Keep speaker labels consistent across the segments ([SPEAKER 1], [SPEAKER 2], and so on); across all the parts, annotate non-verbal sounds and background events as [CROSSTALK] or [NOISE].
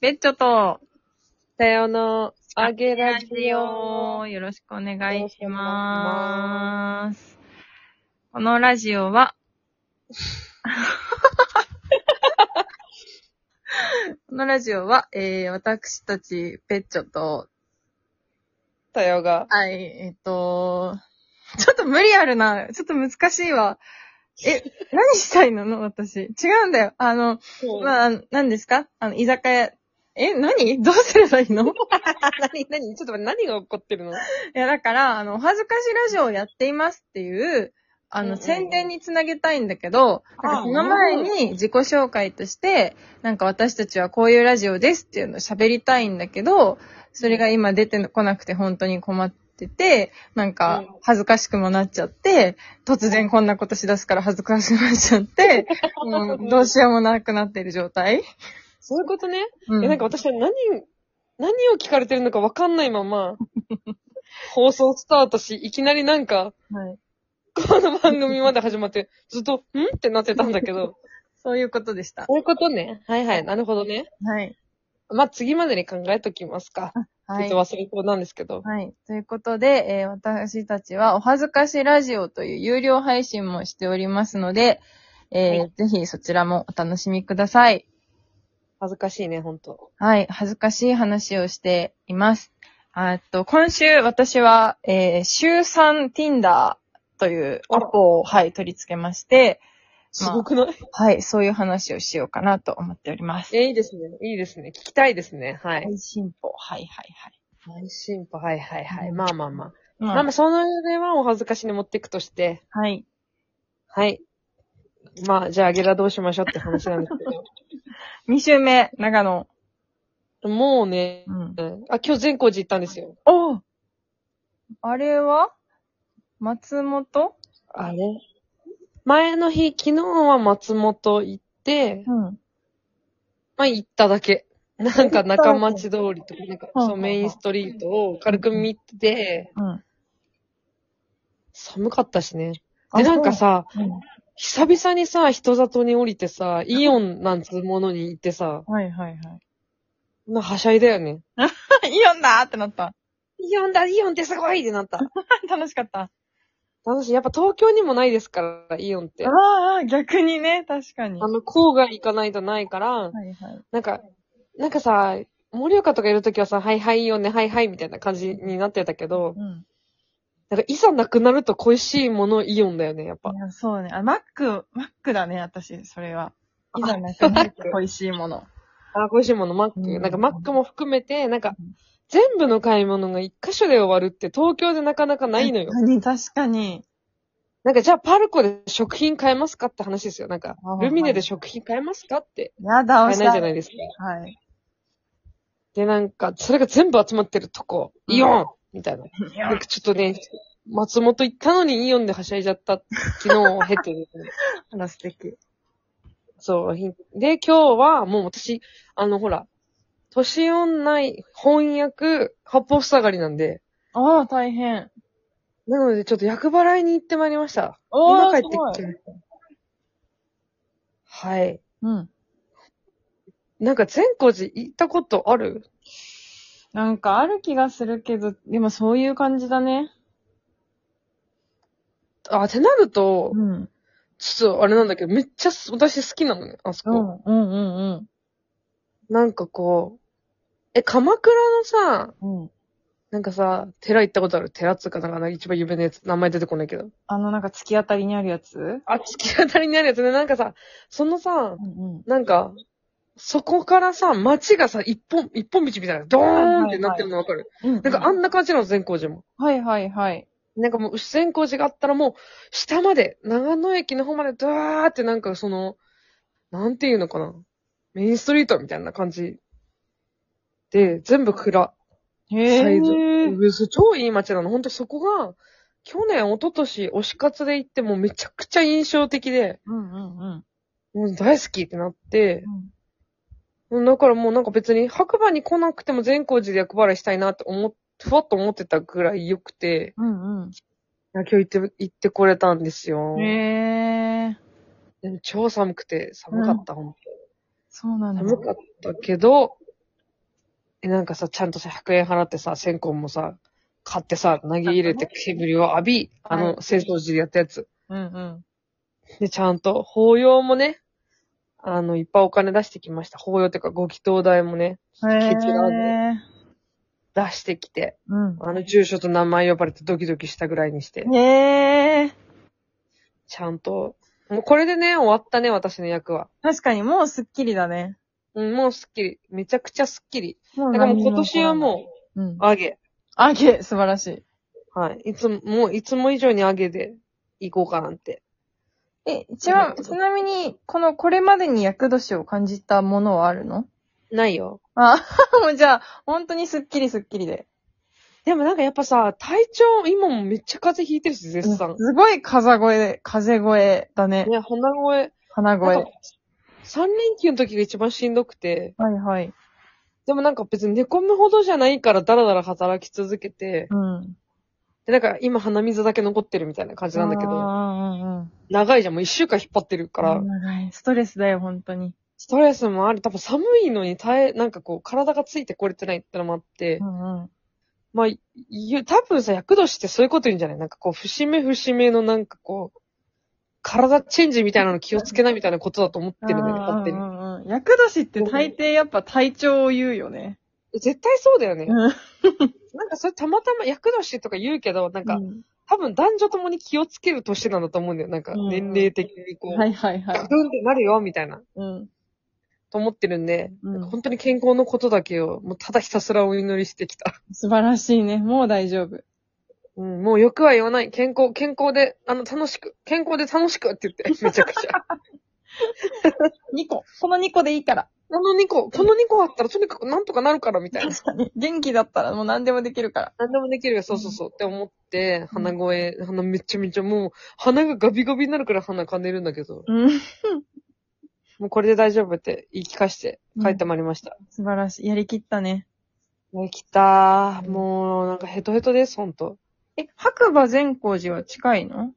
[SPEAKER 1] ベッチョと、
[SPEAKER 2] さよの、あげラジ
[SPEAKER 1] ラ
[SPEAKER 2] オ。
[SPEAKER 1] ジよろしくお願いします。このラジオは、 [LAUGHS] このラジオは、えー、私たち、ベッチョと、
[SPEAKER 2] さよが。
[SPEAKER 1] はい、えっと、ちょっと無理あるな。ちょっと難しいわ。え、何したいの私。違うんだよ。あの、まあ、何ですかあの、居酒屋。え、何どうすればいいのい
[SPEAKER 2] 何、何ちょっと待って、何が起こってるの
[SPEAKER 1] や、だから、あの、お恥ずかしラジオをやっていますっていう、あ
[SPEAKER 2] うんう
[SPEAKER 1] の、
[SPEAKER 2] んうん
[SPEAKER 1] 宣伝につなげたいんだけど、なんか
[SPEAKER 2] あ
[SPEAKER 1] その前に自己紹介として、なんか私たちはこういうラジオですっていうのを喋りたいんだけど、それが今出てこなくて本当に困ってて、なんか
[SPEAKER 2] うん
[SPEAKER 1] 恥ずかしくもなっちゃって、突然こんなことしだすから恥ずかしくなっちゃって、
[SPEAKER 2] [LAUGHS]
[SPEAKER 1] もうどうしようもなくなってる状態。
[SPEAKER 2] そういうことね。
[SPEAKER 1] う
[SPEAKER 2] え、なんか私は何、何を聞かれてるのかわかんないま [LAUGHS] ま、放送スタートし、いきなりなんか、
[SPEAKER 1] はい
[SPEAKER 2] この番組まで始まって、ずっと、んってなってたんだけど。
[SPEAKER 1] そういうことでした。
[SPEAKER 2] [LAUGHS] そういうことね。はいはい、なるほどね。
[SPEAKER 1] はい。
[SPEAKER 2] まあ、次までに考えときますか。
[SPEAKER 1] は
[SPEAKER 2] ちょっと忘れそうなんですけど。
[SPEAKER 1] はい。ということで、えー私たちはお恥ずかしラジオという有料配信もしておりますので、えー
[SPEAKER 2] は
[SPEAKER 1] ぜひそちらもお楽しみください。
[SPEAKER 2] 恥ずかしいね、ほんと。
[SPEAKER 1] はい。恥ずかしい話をしています。あっと、今週私は、えー週3 Tinder というアプを、はい、取り付けまして、
[SPEAKER 2] すごくない、 [LAUGHS]
[SPEAKER 1] はい、そういう話をしようかなと思っております。
[SPEAKER 2] え、いいですね。いいですね。聞きたいですね。はい。
[SPEAKER 1] 大進歩。はいはいはい。
[SPEAKER 2] 大進歩、はいはいはい。
[SPEAKER 1] うん
[SPEAKER 2] まあまあまあ。
[SPEAKER 1] ま
[SPEAKER 2] まあまあ、その上はお恥ずかしに持っていくとして、
[SPEAKER 1] はい。
[SPEAKER 2] はい。まあ、じゃあ、ゲラどうしましょうって話なんですけ
[SPEAKER 1] 2週目、長野。
[SPEAKER 2] [LAUGHS] ど。もうね、
[SPEAKER 1] うん
[SPEAKER 2] うんあ、今日善光寺行ったんですよ。
[SPEAKER 1] おうあれは松本
[SPEAKER 2] あれ前の日、昨日は松本行って、
[SPEAKER 1] うん。
[SPEAKER 2] まあ行っただけ。なんか中町通りとか、なんか
[SPEAKER 1] うん
[SPEAKER 2] そうメインストリートを軽く見て、
[SPEAKER 1] うん。
[SPEAKER 2] 寒かったしね。
[SPEAKER 1] あ
[SPEAKER 2] で、なんかさ、
[SPEAKER 1] うん、
[SPEAKER 2] 久々にさ、人里に降りてさ、イオンなんつうものに行ってさ、
[SPEAKER 1] はいはいはい。
[SPEAKER 2] [LAUGHS] なはしゃいだよね。
[SPEAKER 1] イオンだーってな
[SPEAKER 2] [LAUGHS]
[SPEAKER 1] った。
[SPEAKER 2] イオンだ、イオンってすごいってなった。
[SPEAKER 1] 楽しかった。あ
[SPEAKER 2] 楽しい。やっぱ東京にもないですから、イオンって。あ
[SPEAKER 1] あ、逆にね、確かに。は
[SPEAKER 2] の、郊外行かないとないから、
[SPEAKER 1] いはい。
[SPEAKER 2] なんか、なんかさ、盛岡とかいるときはさ、はいはいイオンね、はいはいみたいな感じになってたけど、
[SPEAKER 1] うん。
[SPEAKER 2] なんかいざなくなると恋しいものイオンだよね、やっぱ
[SPEAKER 1] い。や、そうね。あ、マック、マックだね、私、それは。いざなん
[SPEAKER 2] あ
[SPEAKER 1] か、
[SPEAKER 2] マ
[SPEAKER 1] マ
[SPEAKER 2] ッ
[SPEAKER 1] ッ
[SPEAKER 2] ク
[SPEAKER 1] ク、恋しいもの。
[SPEAKER 2] あ、恋しいもの、マック。
[SPEAKER 1] うん
[SPEAKER 2] なんかマックも含めて、なんか
[SPEAKER 1] うん、
[SPEAKER 2] 全部の買い物が一箇所で終わるって東京でなかなかないのよ。
[SPEAKER 1] 何、確かに。
[SPEAKER 2] なんかじゃあパルコで食品買えますかって話ですよ。なんか
[SPEAKER 1] あ、
[SPEAKER 2] ルミネで食品買えますかって
[SPEAKER 1] やだ、お
[SPEAKER 2] 買え
[SPEAKER 1] し
[SPEAKER 2] ない
[SPEAKER 1] ゃ
[SPEAKER 2] じゃな
[SPEAKER 1] れ。
[SPEAKER 2] いですか。
[SPEAKER 1] はい。
[SPEAKER 2] で、なんか、それが全部集まってるとこ、
[SPEAKER 1] うん
[SPEAKER 2] イオンみたいな。なんかちょっとね、松本行ったのにイオンではしゃいじゃった、昨日を経て、ね。
[SPEAKER 1] あら、素敵。
[SPEAKER 2] そう。ひで、今日はもう私、あの、ほら、年女い翻訳、八方塞がりなんで、
[SPEAKER 1] ああ、大変。
[SPEAKER 2] なのでちょっと厄払いに行ってまいりました。
[SPEAKER 1] おー、す
[SPEAKER 2] 今帰って
[SPEAKER 1] ご
[SPEAKER 2] きちゃい
[SPEAKER 1] い。
[SPEAKER 2] ました。はい。
[SPEAKER 1] うん。
[SPEAKER 2] なんか善光寺行ったことある
[SPEAKER 1] なんかある気がするけど、でもそういう感じだね。
[SPEAKER 2] あ、ってなると、
[SPEAKER 1] ん。
[SPEAKER 2] ちょっとあれなんだけど、めっちゃす私好きなのね、あそこ。
[SPEAKER 1] うん、うん、うん、
[SPEAKER 2] なんかこう、え、鎌倉のさ、
[SPEAKER 1] うん。うん。
[SPEAKER 2] なんかさ、寺行ったことある寺っつうかなんか一番有名なやつ、名前出てこないけど。
[SPEAKER 1] あの、なんか突き当たりにあるやつうん、
[SPEAKER 2] あ、突き当たりにあるやつね、なんかさ、そのさ、
[SPEAKER 1] うん。
[SPEAKER 2] なんか、そこからさ、街がさ、一本、一本道みたいな、ドーンってなってるのわかる、
[SPEAKER 1] うん、
[SPEAKER 2] なんかあんな感じなの、善光寺も。
[SPEAKER 1] はいはいはい。
[SPEAKER 2] なんかもう、善光寺があったらもう、下まで、長野駅の方まで、ドワーってなんかその、なんていうのかな。メインストリートみたいな感じ。で、全部蔵。
[SPEAKER 1] へ
[SPEAKER 2] サイズ
[SPEAKER 1] ー。
[SPEAKER 2] うそ超いい街なの。ほんとそこが、去年、一昨年、推し活で行ってもうめちゃくちゃ印象的で、
[SPEAKER 1] うんうんうん。
[SPEAKER 2] もう大好きってなって、うんだからもうなんか別に白馬に来なくても善光寺で役払いしたいなって思っふわっと思ってたぐらい良くて、
[SPEAKER 1] うん
[SPEAKER 2] いや今日行って、行ってこれたんですよ。
[SPEAKER 1] うん。へー。
[SPEAKER 2] でも超寒くて、寒かった、ほんと
[SPEAKER 1] そうなんだ。
[SPEAKER 2] 寒かったけど、え、なんかさ、ちゃんとさ、100円払ってさ、線香もさ、買ってさ、投げ入れて煙を浴び、あの、清掃時でやったやつ。
[SPEAKER 1] うんうん。
[SPEAKER 2] で、ちゃんと、法要もね、あの、いっぱいお金出してきました。法要っていうか、ご祈祷代もね、
[SPEAKER 1] へ
[SPEAKER 2] 決断
[SPEAKER 1] ー
[SPEAKER 2] 出してきて、
[SPEAKER 1] う
[SPEAKER 2] あの住所と名前呼ばれてドキドキしたぐらいにして
[SPEAKER 1] ん。、へえ。
[SPEAKER 2] ちゃんと、もうこれでね、終わったね、私の役は。
[SPEAKER 1] 確かにもうスッキリだね。
[SPEAKER 2] うん、もうすっきり。めちゃくちゃすっきり。
[SPEAKER 1] も
[SPEAKER 2] だからもう今年はも
[SPEAKER 1] う。うん
[SPEAKER 2] う、。あげ。
[SPEAKER 1] あげ、素晴らしい。
[SPEAKER 2] はい。いつも、もういつも以上にあげで行こうかなんて。
[SPEAKER 1] え、ちな、ちなみに、この、これまでに厄年を感じたものはあるの
[SPEAKER 2] ないよ。
[SPEAKER 1] あ、 [LAUGHS] もうじゃあ、本当にスッキリスッキリで。
[SPEAKER 2] でもなんかやっぱさ、体調、今もめっちゃ風邪ひいてるし、絶賛。
[SPEAKER 1] すごい風声、風声だね。
[SPEAKER 2] ね、鼻声。
[SPEAKER 1] 鼻声。
[SPEAKER 2] な
[SPEAKER 1] は
[SPEAKER 2] んか3連休の時が一番しんどくて、
[SPEAKER 1] いはい。
[SPEAKER 2] でもなんか別に寝込むほどじゃないからダラダラ働き続けて、
[SPEAKER 1] うん。
[SPEAKER 2] で、なんか今鼻水だけ残ってるみたいな感じなんだけど、
[SPEAKER 1] あーうんうんうん。
[SPEAKER 2] 長いじゃん、もう1週間引っ張ってるから、
[SPEAKER 1] 長い。ストレスだよ、本当に。
[SPEAKER 2] ストレスもあり、多分寒いのに耐え、なんかこう体がついてこれてないってのもあって
[SPEAKER 1] う、んうん。
[SPEAKER 2] まあ、い多分さ、役年ってそういうこと言うんじゃないなんかこう、節目節目のなんかこう、体チェンジみたいなの気をつけないみたいなことだと思ってるんだよね、勝手に
[SPEAKER 1] う。んうんうん。厄年って大抵やっぱ体調を言うよね。
[SPEAKER 2] 絶対そうだよね。
[SPEAKER 1] うん
[SPEAKER 2] なんかそれたまたま役年とか言うけど、なんか、
[SPEAKER 1] うん
[SPEAKER 2] 多分男女ともに気をつける年なんだと思うんだよ。なんか、
[SPEAKER 1] うん
[SPEAKER 2] 年齢的にこう、
[SPEAKER 1] はいはいはい
[SPEAKER 2] ガ。クンってなるよ、みたいな、
[SPEAKER 1] うん。
[SPEAKER 2] と思ってるんで、
[SPEAKER 1] うん
[SPEAKER 2] 本当に健康のことだけを、もうただひたすらお祈りしてきた。 [LAUGHS]
[SPEAKER 1] 素晴らしいね。もう大丈夫。
[SPEAKER 2] うん、もうよくは言わない。健康、健康で、あの、楽しく、健康で楽しくって
[SPEAKER 1] [LAUGHS]
[SPEAKER 2] 言って、めちゃくちゃ。
[SPEAKER 1] 2個。この2個でいいから。
[SPEAKER 2] この2個、この2個あったらとにかくなんとかなるからみたいな。
[SPEAKER 1] 元気だったらもう何でもできるから。
[SPEAKER 2] 何でもできるよ、そうそうそうって思って、
[SPEAKER 1] うん
[SPEAKER 2] 鼻声、鼻めちゃめちゃもう、鼻がガビガビになるから鼻噛んでるんだけど、
[SPEAKER 1] うん。
[SPEAKER 2] もうこれで大丈夫って言い聞かして帰ってまいりました。
[SPEAKER 1] 素晴らしい。やりきったね。
[SPEAKER 2] もう来たー。もうなんかヘトヘトです、ほんと。
[SPEAKER 1] え、白馬善光寺は近いの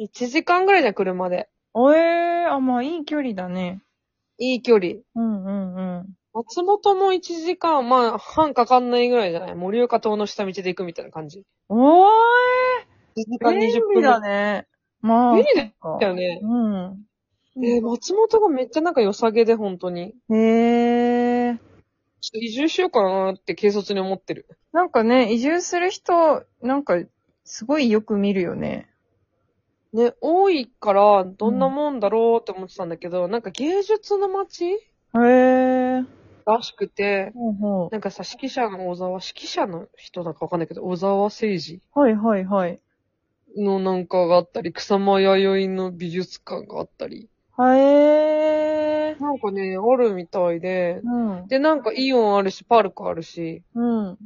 [SPEAKER 2] 1時間ぐらいじゃん、車で。
[SPEAKER 1] ええー、あ、まあいい距離だね。
[SPEAKER 2] いい距離。
[SPEAKER 1] うんうんうん。
[SPEAKER 2] 松本も1時間、まあ、半かかんないぐらいじゃない森岡島の下道で行くみたいな感じ。
[SPEAKER 1] おー
[SPEAKER 2] 1時間
[SPEAKER 1] い
[SPEAKER 2] 20
[SPEAKER 1] 便
[SPEAKER 2] 分
[SPEAKER 1] 利
[SPEAKER 2] ぐら
[SPEAKER 1] だ
[SPEAKER 2] い。
[SPEAKER 1] ね。まあ。
[SPEAKER 2] 便利だ
[SPEAKER 1] そっ
[SPEAKER 2] だ
[SPEAKER 1] か
[SPEAKER 2] よね。
[SPEAKER 1] うん。
[SPEAKER 2] えー、松本がめっちゃなんか良さげで、ほんとに。
[SPEAKER 1] へえ。
[SPEAKER 2] ちょっと移住しようかなーって軽率に思ってる。
[SPEAKER 1] なんかね、移住する人、なんか、すごいよく見るよね。
[SPEAKER 2] ね、多いから、どんなもんだろうって思ってたんだけど、なんか芸術の街
[SPEAKER 1] へえ。
[SPEAKER 2] らしくて、
[SPEAKER 1] ほうほ
[SPEAKER 2] なんかさ、指揮者の小沢、指揮者の人なんかわかんないけど、小沢誠二
[SPEAKER 1] う。はいはいはい。
[SPEAKER 2] のなんかがあったり、草間弥生の美術館があったり。
[SPEAKER 1] へえ。
[SPEAKER 2] なんかね、あるみたいで、
[SPEAKER 1] うん。
[SPEAKER 2] で、なんかイオンあるし、パルクあるし、
[SPEAKER 1] うん。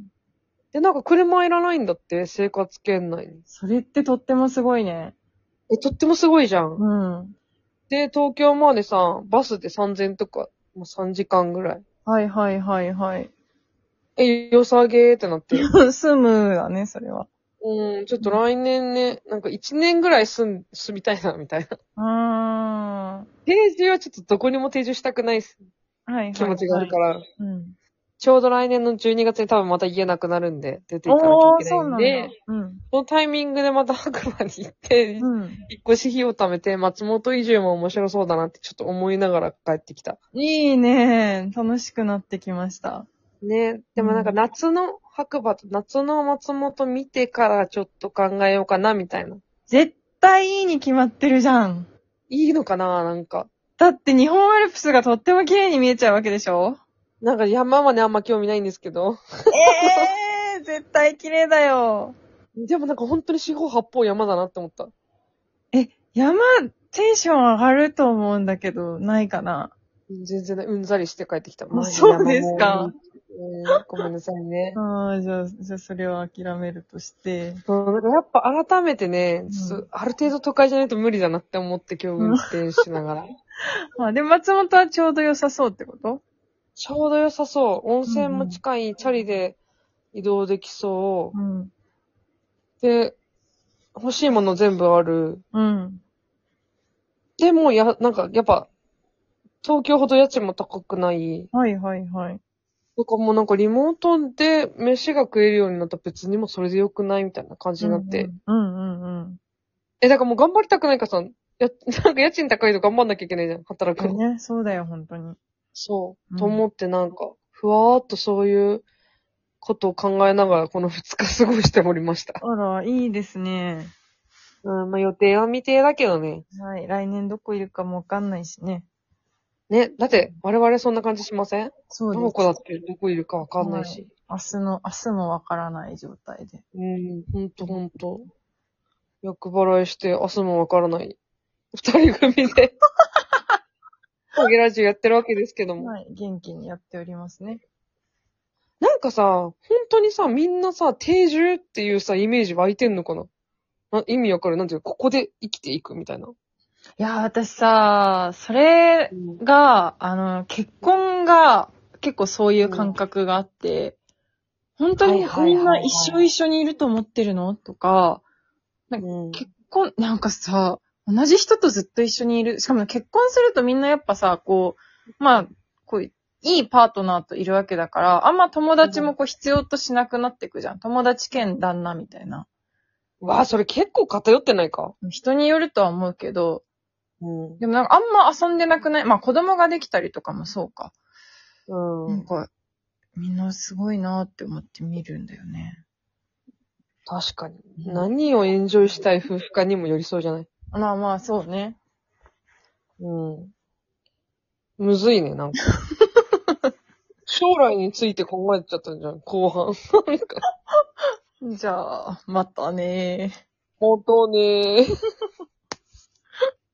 [SPEAKER 2] で、なんか車いらないんだって、生活圏内に。
[SPEAKER 1] それってとってもすごいね。
[SPEAKER 2] え、とってもすごいじゃん。
[SPEAKER 1] うん。
[SPEAKER 2] で、東京までさ、バスで3000とか、もう3時間ぐらい。
[SPEAKER 1] はいはいはいはい。 [LAUGHS]
[SPEAKER 2] え、良さげーってなって。
[SPEAKER 1] 住むだね、それは。
[SPEAKER 2] うん、ちょっと来年ね、なんか1年ぐらい住ん、住みたいな、みたいな。
[SPEAKER 1] うーん。
[SPEAKER 2] [LAUGHS]
[SPEAKER 1] は
[SPEAKER 2] 定住はちょっとどこにも定住したくない
[SPEAKER 1] いはい、はい。。
[SPEAKER 2] 気持ちがあるからら、
[SPEAKER 1] うん。
[SPEAKER 2] ちょうど来年の12月に多分また家なくなるんで、出ていかなき
[SPEAKER 1] お
[SPEAKER 2] ゃ
[SPEAKER 1] ー、
[SPEAKER 2] いけ
[SPEAKER 1] そうな
[SPEAKER 2] な
[SPEAKER 1] い
[SPEAKER 2] ん
[SPEAKER 1] ん
[SPEAKER 2] で
[SPEAKER 1] だ、。うん。
[SPEAKER 2] そのタイミングでまた白馬に行って、
[SPEAKER 1] うん。
[SPEAKER 2] 引っ越し費を貯めて、松本移住も面白そうだなってちょっと思いながら帰ってきた。
[SPEAKER 1] いいね楽しくなってきました。
[SPEAKER 2] ね、でもなんか夏の白馬と夏の松本見てからちょっと考えようかな、みたいな。
[SPEAKER 1] 絶対いいに決まってるじゃん。
[SPEAKER 2] いいのかな、なんか。
[SPEAKER 1] だって日本アルプスがとっても綺麗に見えちゃうわけでしょ
[SPEAKER 2] なんか山はね、あんま興味ないんですけど。
[SPEAKER 1] ええー、 [LAUGHS] 絶対綺麗だよ。
[SPEAKER 2] でもなんか本当に四方八方山だなって思った。
[SPEAKER 1] え、山、テンション上がると思うんだけど、ないかな。
[SPEAKER 2] 全然ねうんざりして帰ってきた。
[SPEAKER 1] あそうですか
[SPEAKER 2] マジ山もう。うんごめんなさいね。
[SPEAKER 1] ああ、じゃあ、じゃあそれを諦めるとして。
[SPEAKER 2] そうなんかやっぱ改めてね、
[SPEAKER 1] ん
[SPEAKER 2] ちょっとある程度都会じゃないと無理だなって思って今日運転しながら。
[SPEAKER 1] まあ、で、松本はちょうど良さそうってこと
[SPEAKER 2] ちょうど良さそう。温泉も近い、チャリで移動できそう。
[SPEAKER 1] ん。
[SPEAKER 2] で、欲しいもの全部ある。
[SPEAKER 1] うん。
[SPEAKER 2] でもや、なんかやっぱ、東京ほど家賃も高くない。
[SPEAKER 1] はいはいはい。
[SPEAKER 2] とかもうなんかリモートで飯が食えるようになったら別にもうそれで良くないみたいな感じになって。。
[SPEAKER 1] うんうんうん。
[SPEAKER 2] え、だからもう頑張りたくないからさ、や、 [LAUGHS] なんか家賃高いと頑張んなきゃいけないじゃん、働くの。
[SPEAKER 1] ね、そうだよ、本当に。
[SPEAKER 2] そう。
[SPEAKER 1] うん
[SPEAKER 2] と思ってなんか、ふわーっとそういうことを考えながらこの2日過ごしておりました。
[SPEAKER 1] あら、いいですね。
[SPEAKER 2] うん、まあ予定は未定だけどね。
[SPEAKER 1] はい、来年どこいるかもわかんないしね。
[SPEAKER 2] ね、だって我々そんな感じしません
[SPEAKER 1] そ
[SPEAKER 2] ど
[SPEAKER 1] う
[SPEAKER 2] の
[SPEAKER 1] です。
[SPEAKER 2] 子だってどこいるかわかんないし。
[SPEAKER 1] 明日の、明日もわからない状態で。
[SPEAKER 2] うん、ほんとほんと。役払いして明日もわからない。二人組 [LAUGHS] で。ハゲラジオやってるわけですけども。
[SPEAKER 1] はい、元気にやっておりますね。
[SPEAKER 2] なんかさ、本当にさ、みんなさ、定住っていうさ、イメージ湧いてんのかなな意味わかるなんていうのここで生きていくみたいな。
[SPEAKER 1] いやー、私さ、それが、あの、結婚が結構そういう感覚があって、本当に
[SPEAKER 2] はいは
[SPEAKER 1] み
[SPEAKER 2] いはい
[SPEAKER 1] ん
[SPEAKER 2] は
[SPEAKER 1] ない一生一緒にいると思ってるのとか、
[SPEAKER 2] うん
[SPEAKER 1] 結婚、なんかさ、同じ人とずっと一緒にいる。しかも結婚するとみんなやっぱさ、こう、まあ、こう、いいパートナーといるわけだから、あんま友達もこう必要としなくなってくじゃん。友達兼旦那みたいな。
[SPEAKER 2] わあ、それ結構偏ってないか
[SPEAKER 1] 人によるとは思うけど、
[SPEAKER 2] うん。
[SPEAKER 1] でもなんかあんま遊んでなくないまあ子供ができたりとかもそうか。
[SPEAKER 2] う
[SPEAKER 1] なん
[SPEAKER 2] ん。
[SPEAKER 1] か、みんなすごいなって思って見るんだよね。
[SPEAKER 2] 確かに。何をエンジョイしたい夫婦間にも寄り添うじゃない
[SPEAKER 1] まあまあ、そうね。
[SPEAKER 2] うん。むずいね、 [LAUGHS] なんか。将来について考えちゃったんじゃん、後半。なんか、
[SPEAKER 1] じゃあ、またね
[SPEAKER 2] 本当ねー。